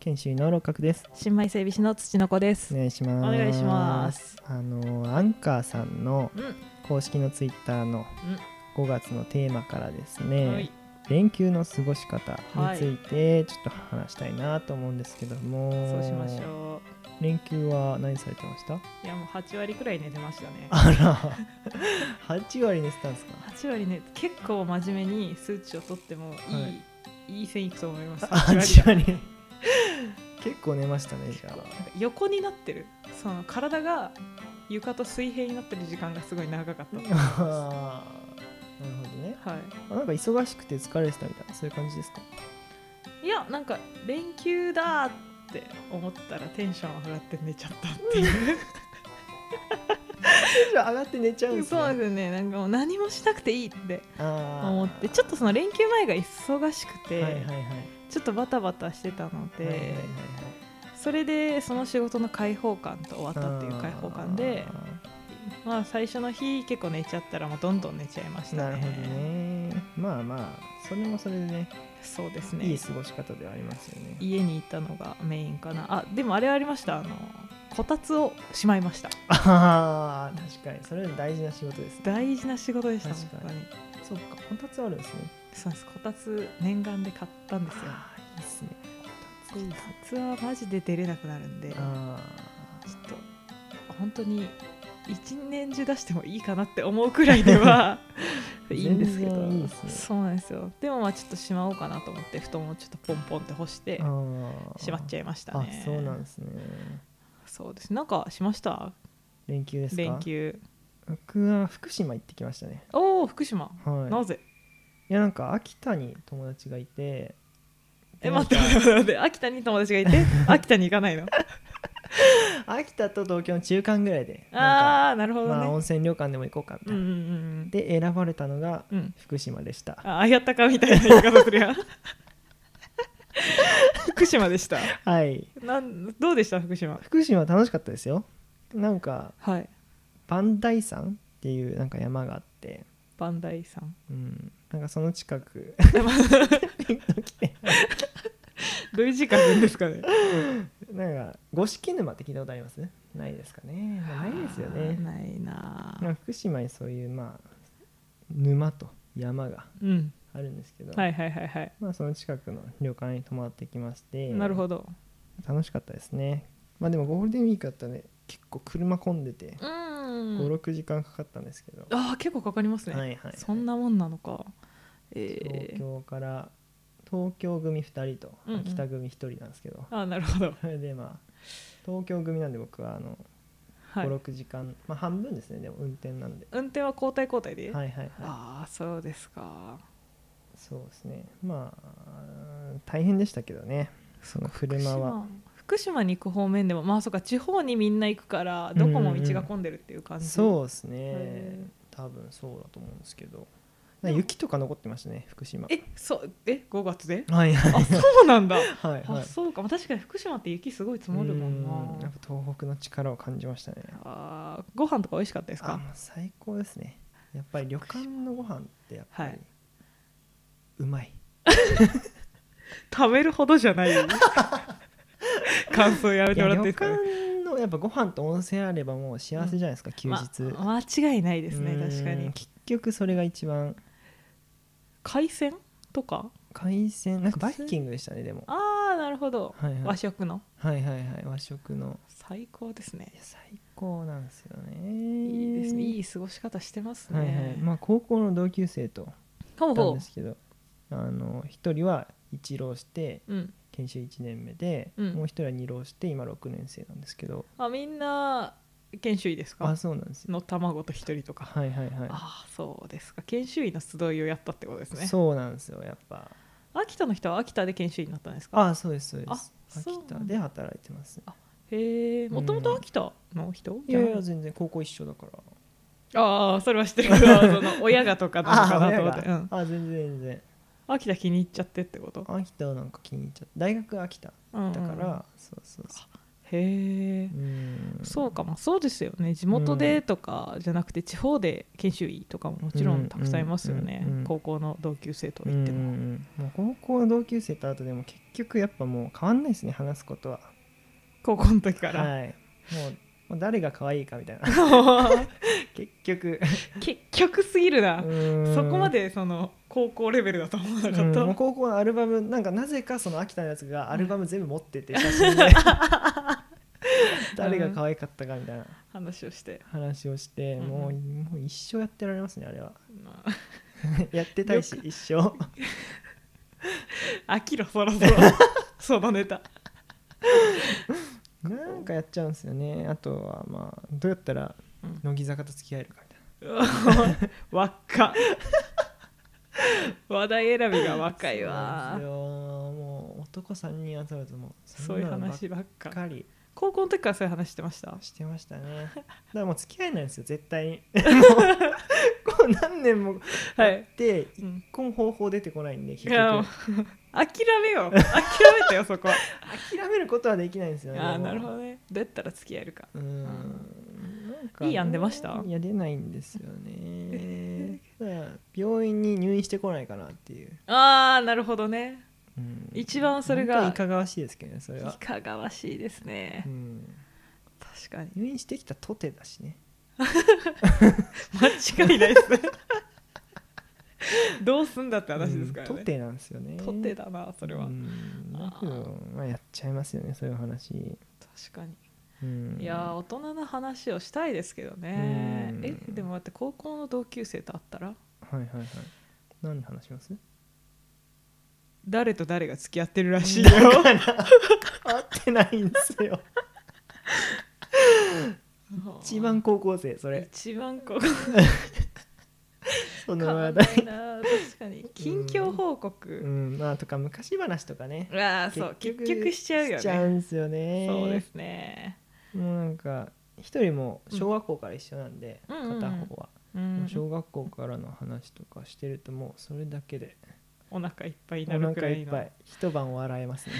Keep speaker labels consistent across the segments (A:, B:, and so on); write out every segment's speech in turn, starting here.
A: 研修医の六角です。
B: 新米整備士の土の子です
A: お。願いします。
B: お願いします。
A: あのアンカーさんの
B: うん、うん、
A: 公式のツイッターの5月のテーマからですね、
B: はい、
A: 連休の過ごし方についてちょっと話したいなと思うんですけども、
B: そうしましょ
A: 連休は何されてました？
B: う。いや、もう八割くらい寝てましたね。
A: あ ら、8割寝てたんですか？
B: 八割ね、結構真面目に数値を取ってもいい、、
A: はい
B: い線いくと思います。
A: 8
B: 8割
A: 割。結構寝ましたねじゃ あ。
B: 横になってる、その体が床と水平になってる時間がすごい長かった。はい。
A: あーなるほどね。あなんか忙しくて疲れてたみたいなそういう感じですか？
B: いや、なんか連休だーって思ったら、テンション上がって寝ちゃったって
A: テ
B: いう。
A: ンション上がって寝ちゃうんです
B: そう
A: ね。
B: ですね、なんかもう何もしなくていいって思
A: 思
B: って、ちょっとその連休前が忙しくて。
A: はいはいはい。
B: ちょっとバタバタしてたので、
A: はいはいはい
B: それでその仕事の解放感と終わったっていう解放感でまあ最初の日結構寝ちゃったらもうどんどん寝ちゃいまし
A: あー
B: た
A: な
B: ね
A: るほどね。まあまあそれもそれでね
B: そうですね
A: いい過ごし方ではありますよね。
B: 家にいたのがメインかなあでもあれありましたあのこたつをしまいました
A: ああ確かにそれは大事な仕事ですね。
B: 大事な仕事でした
A: 確
B: 本
A: かに
B: 当
A: そ
B: に
A: っかこたつあるんですね。
B: そうですこたつ念願で買ったんですよ
A: ああいいっすね。こたついい
B: こ
A: っすね。
B: たつはマジで出れなくなるんでちょっ
A: あ
B: と本当に一年中出してもいいかなって思うくらい ではいいんですけど
A: 全然いいですね
B: そうなんですよでもまあちょっとしまおうかなと思って布団をちょっとポンポンって干して
A: あー。
B: しまっちゃいましたね
A: あそうなんですね。
B: そうですなんかしました
A: 連休ですか。
B: 連休
A: 僕は福島行ってきましたね。
B: おお福島、
A: はい。
B: なぜ
A: いやなんか秋田に友達がいて
B: え
A: で
B: 待って待って待って秋田に友達が いて秋田に行かないの
A: なんか秋田と東京の中間ぐらいでなんか
B: ああーなるほどね、
A: まあ温泉旅館でも行こうかみ
B: う
A: たい
B: ん
A: な、
B: うんうん
A: で選ばれたのが
B: うんうん
A: 福島でした
B: ああやったかみたいな言い方す るやん福島でした
A: はい
B: なんどうでした福島
A: 福島楽しかったですよなんか
B: はい
A: 磐梯山っていうなんか山があって
B: バンダイさん
A: うんなんかその近 く
B: どういう時間なんですかね
A: なんか五色沼って聞いたことありますないですかねまあないですよね
B: ないな
A: なんか福島にそういうまあ沼と山が
B: うん
A: あるんですけど、
B: はいはいはいはい、
A: まあ、その近くの旅館に泊まってきまして
B: なるほど
A: 楽しかったですねまあでもゴールデンウィークだったらね結構車混んでて
B: うーん
A: 56時間かかったんですけど、
B: ああ結構かかりますね、
A: はいはい
B: そんなもんなのかえ
A: 東
B: ー、
A: 京から東京組2人と
B: うんうん
A: 秋田組1人なんですけど、
B: ああなるほど
A: それでまあ東京組なんで僕はあの
B: はい
A: 56時間、まあ半分ですねでも運転なんで
B: 運転は交代交代で、
A: はいはいはい
B: ああそうですか
A: そうですねまあ大変でしたけどねその車は
B: 福島福島に行く方面でもまあそうか地方にみんな行くからどこも道が混んでるっていう感じ、
A: そうですね
B: へ
A: 多分そうだと思うんですけど
B: でも
A: 雪とか残ってましたね福島
B: えそうえ5 月で
A: はいはい
B: あそうなんだ
A: はいは
B: あ
A: い
B: そうかまあ確かに福島って雪すごい積もるも
A: うんん
B: な
A: やっぱ東北の力を感じましたね
B: あーご飯とか美味しかったです
A: あ
B: か
A: もう最高ですねやっぱり旅館のご飯ってやっぱり、
B: はいう
A: まい
B: 食べるほどじゃない 感想やめ
A: い
B: て
A: や
B: もらっ
A: 旅
B: ていい
A: 館
B: ですか、ね、
A: のやっぱご飯と温泉あればもう幸せじゃないですか、休日、
B: ま間違いないですね
A: うん
B: 確かに
A: 結局それが一番
B: 海鮮とか
A: 海鮮なんかバイキングでしたねでも
B: ああなるほど、
A: はいはい
B: 和食の
A: はいはいはい和食の
B: 最高ですね
A: いや最高なんですよね
B: いいですねいい過ごし方してますね、
A: はいはいまあ、高校の同級生と
B: ほ
A: 行
B: う
A: ったん
B: ほ
A: ですけどあの1人は一浪して
B: う、うん、
A: 研修1年目で、
B: うん
A: もう1人は二浪して今6年生なんですけど
B: あみんな研修医です
A: あ
B: か
A: そうなんですよ
B: の卵と一人とか、
A: はいはいは
B: ああそうですか研修医の集いをやったってことです
A: い、
B: ね
A: そうなんですよやっぱ
B: 秋田の人は秋田で研修医になったんですか
A: あそうですそうです
B: あそう
A: 秋田で働いてますね
B: へえもともと秋田の人
A: い
B: じゃ
A: や
B: ない
A: いや全然高校一緒だから
B: ああそれは知 ってるけどその親がとかなのかなと思って、う
A: 親が
B: ん、
A: あ全然全然
B: 秋田気に入っちゃってってこと
A: 秋田なんか気に入っちゃった大学秋田
B: だ
A: だから、そうそうそう
B: へえ
A: うん
B: そうかもそうですよね地元でとかじゃなくて地方で研修医とかももちろんたくさんいますよね、
A: うんうんうん
B: 高校の同級生と
A: う
B: 言っても、
A: んもう高校の同級生と会うとでも結局やっぱもう変わんないですね話すことは
B: 高校の時から、
A: はいもうもう誰が可愛いかみたいな 結局
B: 結局すぎるな、そ
A: そ
B: こまでその高校レベルだと思わなかった、
A: もう高校のアルバムなんかなぜかその秋田のやつがアルバム全部持ってて写真で誰が可愛かったかみたいな
B: 話をして、
A: 話をして、
B: うん
A: もうもう一生やってられますねあ れは
B: ま
A: やってたいし
B: よ
A: 一生
B: あ、飽きろそろそろ そのネタ
A: なんかやっちゃうんですよねあとはまあどうやったら
B: うん
A: 乃木坂と付き合えるかみたいな
B: 若話題選びが若い
A: そうな
B: わ
A: んですよもう男3人集めるともう
B: そうい
A: そ
B: う
A: んなのばっ
B: 話ばっか
A: かり
B: 高校の時からそういう話してました
A: してました ねだからもう付き合えないんですよ絶対にもうこう何年も
B: はい、
A: で
B: うん、
A: 一個も方法出てこないんで結
B: い
A: 局
B: やもう諦めよう諦めたよそこは
A: 諦めることはできないんですよね
B: ああ
A: でも
B: なるほどねどうやったら付き合えるか
A: うーんなんか
B: いい案出ました
A: いや出ないんですよ ねだから病院に入院してこないかなっていう、
B: ああなるほどね
A: うん
B: 一番それが、
A: 本当はいかがわしいですけどねそれはい
B: かがわしいですね
A: うん、
B: 確かに
A: 入院してきたとてだしね
B: 間違いない ですねどうすんだって話ですから
A: うんと
B: ね、
A: てなんですよね
B: とてだなそれは、
A: うんだけどまあやっちゃいますよねそういう話、
B: 確かに
A: うん、
B: いやー大人の話をしたいですけどね
A: うん
B: えでも待って高校の同級生と会ったら
A: はいはいはい何話します
B: 誰と誰が付き合ってるらしいよ
A: だ から合ってないんですよ 一番高校生それ
B: 一番こう
A: そ
B: 変
A: の
B: わ
A: 話
B: んな
A: 題
B: いな確かに近況報
A: う
B: 告、
A: んまあとか昔話とかね
B: ああそう結局しちゃうよね
A: しちゃうんですよね
B: そうですね
A: もうなんか一人も小学校から一緒なんで、
B: うんうんうんうん
A: 片方は、
B: う
A: も
B: ん
A: う小学校からの話とかしてるともうそれだけで
B: お腹いっぱいに
A: お
B: なるく
A: 腹
B: ら
A: い
B: い
A: っ
B: の
A: ぱい一晩笑えますね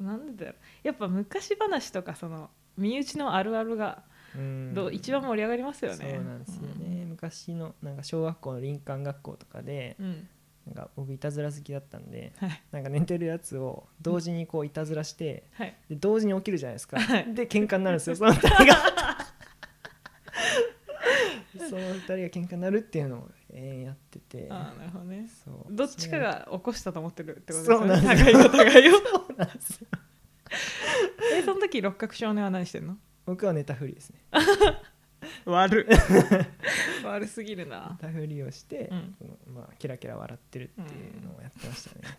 B: なんでだろうやっぱ昔話とかその身内のあるあるが
A: うん
B: どう、一番盛り上がりますよね
A: そうなんですよね、昔のなんか小学校の林間学校とかで
B: うん、うん
A: なんか僕いたずら好きだったんで
B: はい
A: なんか寝てるやつを同時にこういたずらして、
B: はい
A: で同時に起きるじゃないですか
B: はい
A: で喧嘩になるんですよその2人が その2人が喧嘩になるっていうのを永遠やってて
B: ああなるほどね
A: そう
B: どっちかが起こしたと思ってるってこと
A: そうなんです
B: 互いが互い を
A: そうなんですよ
B: えその時六角少年は何してんの
A: 僕は寝たふりですね
B: 悪 悪すぎるな
A: 寝たふりをして、
B: うん
A: そのまあ、キラキラ笑ってるっていうのをやってましたね、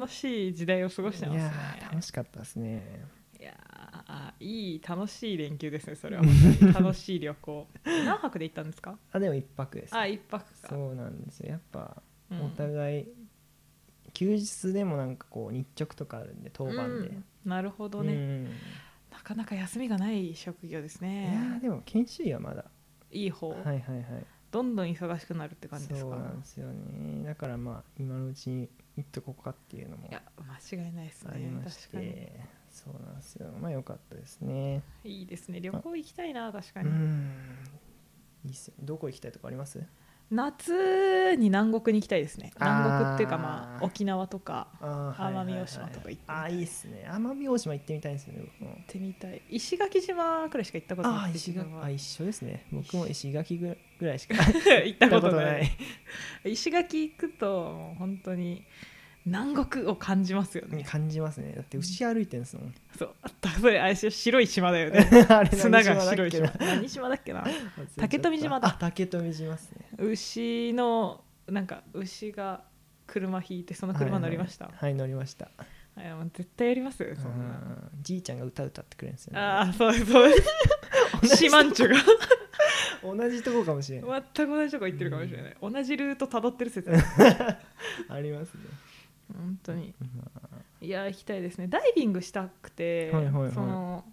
B: 楽しい時代を過ごしてます
A: い
B: ね
A: やー楽しかったですね
B: いやーいい楽しい連休ですねそれは本当に楽しい 旅行何泊で行ったんですか
A: あでも一泊です
B: あ一泊か
A: そうなんですよやっぱ
B: うん
A: お互い休日でもなんかこう日直とかあるんで当番で、
B: うんなるほ
A: う
B: どね、
A: ん
B: なかなか休みがない職業です
A: いやー
B: ね
A: でも研修医はまだ
B: いい方、
A: はいはいはい
B: どんどん忙しくなるって感じです
A: そう
B: か
A: なんですよねだからまあ今のうちに行っとこうかっていうのも
B: いや間違いないですね
A: ありまし
B: 確か
A: てそうなんですよまあ良かったですね
B: にいいですね旅行行きたいな確か
A: う
B: に、
A: んいいっすよどこ行きたいとかあります
B: 夏に南国に行きたいですね
A: あー
B: 南国っていうかまあ沖縄とか
A: あーはいはいはい
B: 奄美大島とか行ってみたい
A: あーいいっすね奄美大島行ってみたいんですよね僕も
B: 行ってみたい石垣島くらいしか行ったことな
A: あ
B: く
A: ー
B: て
A: 石垣
B: 自分は
A: あ一緒ですね僕も石垣ぐらいしか
B: 行ったことな
A: 行
B: い
A: っ
B: 石垣行くともう本当に南国を感じますよ
A: たことない
B: ね
A: 感じますねだって牛歩いてるんですも ん
B: そうあったそれあれですよ白い島だよ ね
A: あれ
B: 砂
A: 何
B: が
A: 島だ
B: 白
A: っ
B: い
A: け
B: 島
A: な
B: 何島だっけな
A: 忘れちゃった
B: 竹富島だ
A: あ竹富島っすね
B: 牛のなんか牛が車引いてその車乗りました、
A: はいいはいはい乗りました
B: やもう絶対やりますよそんな
A: うんじいちゃんが歌歌ってくれるんですよね
B: ああそうで すそうです シマンチュが
A: 同じとこかもし れない
B: 全く同じとこ行ってるかもしれない、同じルート辿ってる説
A: ありますね
B: 本当にいや行きたいですねダイビングしたくて、
A: はいはいはい
B: その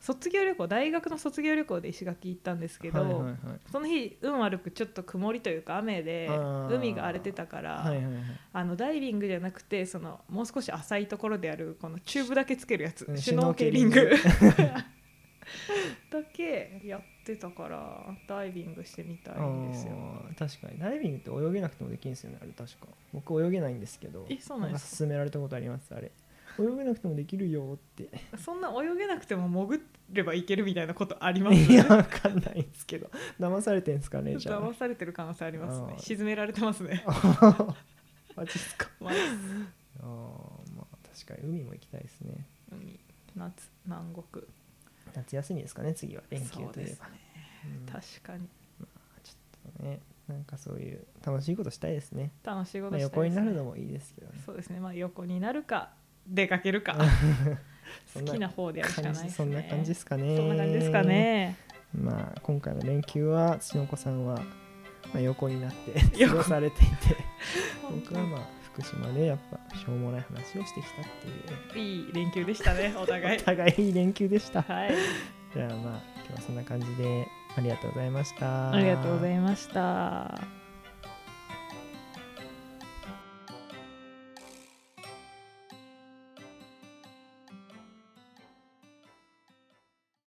B: 卒業旅行大学の卒業旅行で石垣行ったんですけど、
A: はいはいはい
B: その日運悪くちょっと曇りというか雨で
A: あー
B: 海が荒れてたから、
A: はいはいはい
B: あのダイビングじゃなくてそのもう少し浅いところでやるこのチューブだけつけるやつ、
A: うん
B: シュノーケリング
A: シュノ
B: だけやってたからダイビングしてみたいですよ。
A: あー確かにダイビングって泳げなくてもできるんですよねあれ確か僕泳げないんですけど
B: えそうなんですか
A: か勧められたことありますあれ泳げなくてもできるよって
B: そんな泳げなくても潜ればいけるみたいなことありま す
A: いやわかんないんですけど騙されてんすかねじゃ
B: 騙されてる可能性ありますね
A: あー
B: 沈められてますね
A: あ マジっすか
B: まあ
A: あーまあ確かに海も行きたいですね
B: 海夏南国
A: 夏休みですかね次は連休
B: そう
A: とい
B: で
A: え
B: す
A: ば、
B: ね
A: うん
B: 確かに
A: ちょっとねなんかそういう楽しいことしたいですね
B: 楽しいこと
A: まあ、
B: した
A: 横
B: い
A: に
B: です
A: なる
B: ね
A: のもいいですけどね
B: そうですねまあ横になるか出かけるか
A: そ
B: 好
A: ん
B: きな方でやるしかない
A: 感
B: で
A: じ
B: す
A: そんな
B: ね
A: 感じですかね
B: そんな感じですかね
A: まあ今回の連休は土の子さんは、まあ、横になって過
B: 横
A: ごされていて
B: 本
A: 僕はまあ福島でやっぱしょうもない話をしてきたっていう
B: 当にいい連休でしたねお 互い
A: お互いいい連休でした
B: はい
A: じゃあまあ今日はそんな感じでありがとうございました
B: ありがとうございました